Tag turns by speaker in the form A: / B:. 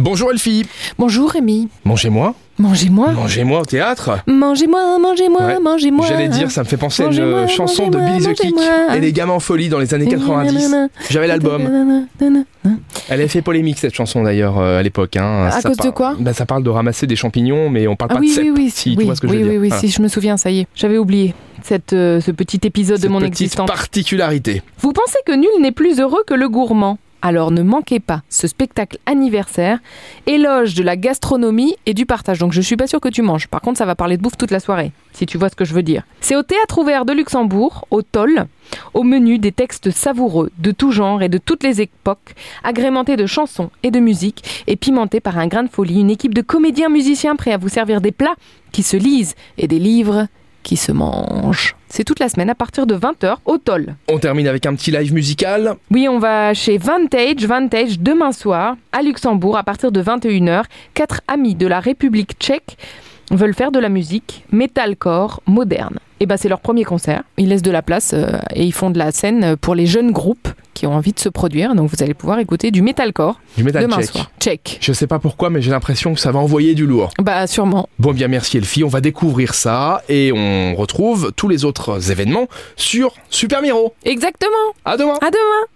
A: Bonjour Elfie.
B: Bonjour Rémi.
A: Mangez-moi.
B: Mangez-moi.
A: Mangez-moi au théâtre.
B: Mangez-moi, mangez-moi,
A: Ouais.
B: mangez-moi.
A: J'allais dire, ça me fait penser à une
B: hein. Mangez-moi,
A: chanson de
B: mangez-moi,
A: Billy the Kick
B: mangez-moi. hein.
A: et les gamins en folie dans les années 90.
B: Nanana,
A: J'avais l'album.
B: nanana, nanana.
A: Elle a fait polémique cette chanson d'ailleurs euh, à l'époque. hein.
B: À
A: Ça
B: cause de
A: par-
B: quoi
A: Bah, Ça parle de ramasser des champignons, mais on parle
B: Ah
A: pas
B: oui,
A: de cèpes.
B: oui, oui,
A: si, tu
B: oui,
A: vois ce que je
B: oui,
A: veux
B: oui,
A: dire.
B: oui,
A: Ah.
B: si, je me souviens, ça y est. J'avais oublié cette, euh, ce petit épisode de
A: Cette
B: mon
A: petite
B: existence.
A: particularité.
B: Vous pensez que nul n'est plus heureux que le gourmand alors ne manquez pas ce spectacle anniversaire, éloge de la gastronomie et du partage. Donc je suis pas sûre que tu manges. Par contre, ça va parler de bouffe toute la soirée, si tu vois ce que je veux dire. C'est au théâtre ouvert de Luxembourg, au Toll, au menu des textes savoureux de tout genre et de toutes les époques, agrémentés de chansons et de musique et pimentés par un grain de folie, une équipe de comédiens musiciens prêts à vous servir des plats qui se lisent et des livres qui se mangent. C'est toute la semaine à partir de 20h au Toll.
A: On termine avec un petit live musical.
B: Oui, on va chez Vantage, Vantage demain soir à Luxembourg à partir de 21h. Quatre amis de la République tchèque veulent faire de la musique metalcore moderne. Et ben c'est leur premier concert. Ils laissent de la place euh, et ils font de la scène pour les jeunes groupes qui ont envie de se produire. Donc vous allez pouvoir écouter du metalcore
A: Du metal
B: demain
A: check.
B: soir. Tchèque.
A: Je sais pas pourquoi, mais j'ai l'impression que ça va envoyer du lourd.
B: Bah sûrement.
A: Bon, bien, merci Elfie. On va découvrir ça et on retrouve tous les autres événements sur Super Miro.
B: Exactement.
A: À demain!
B: À demain.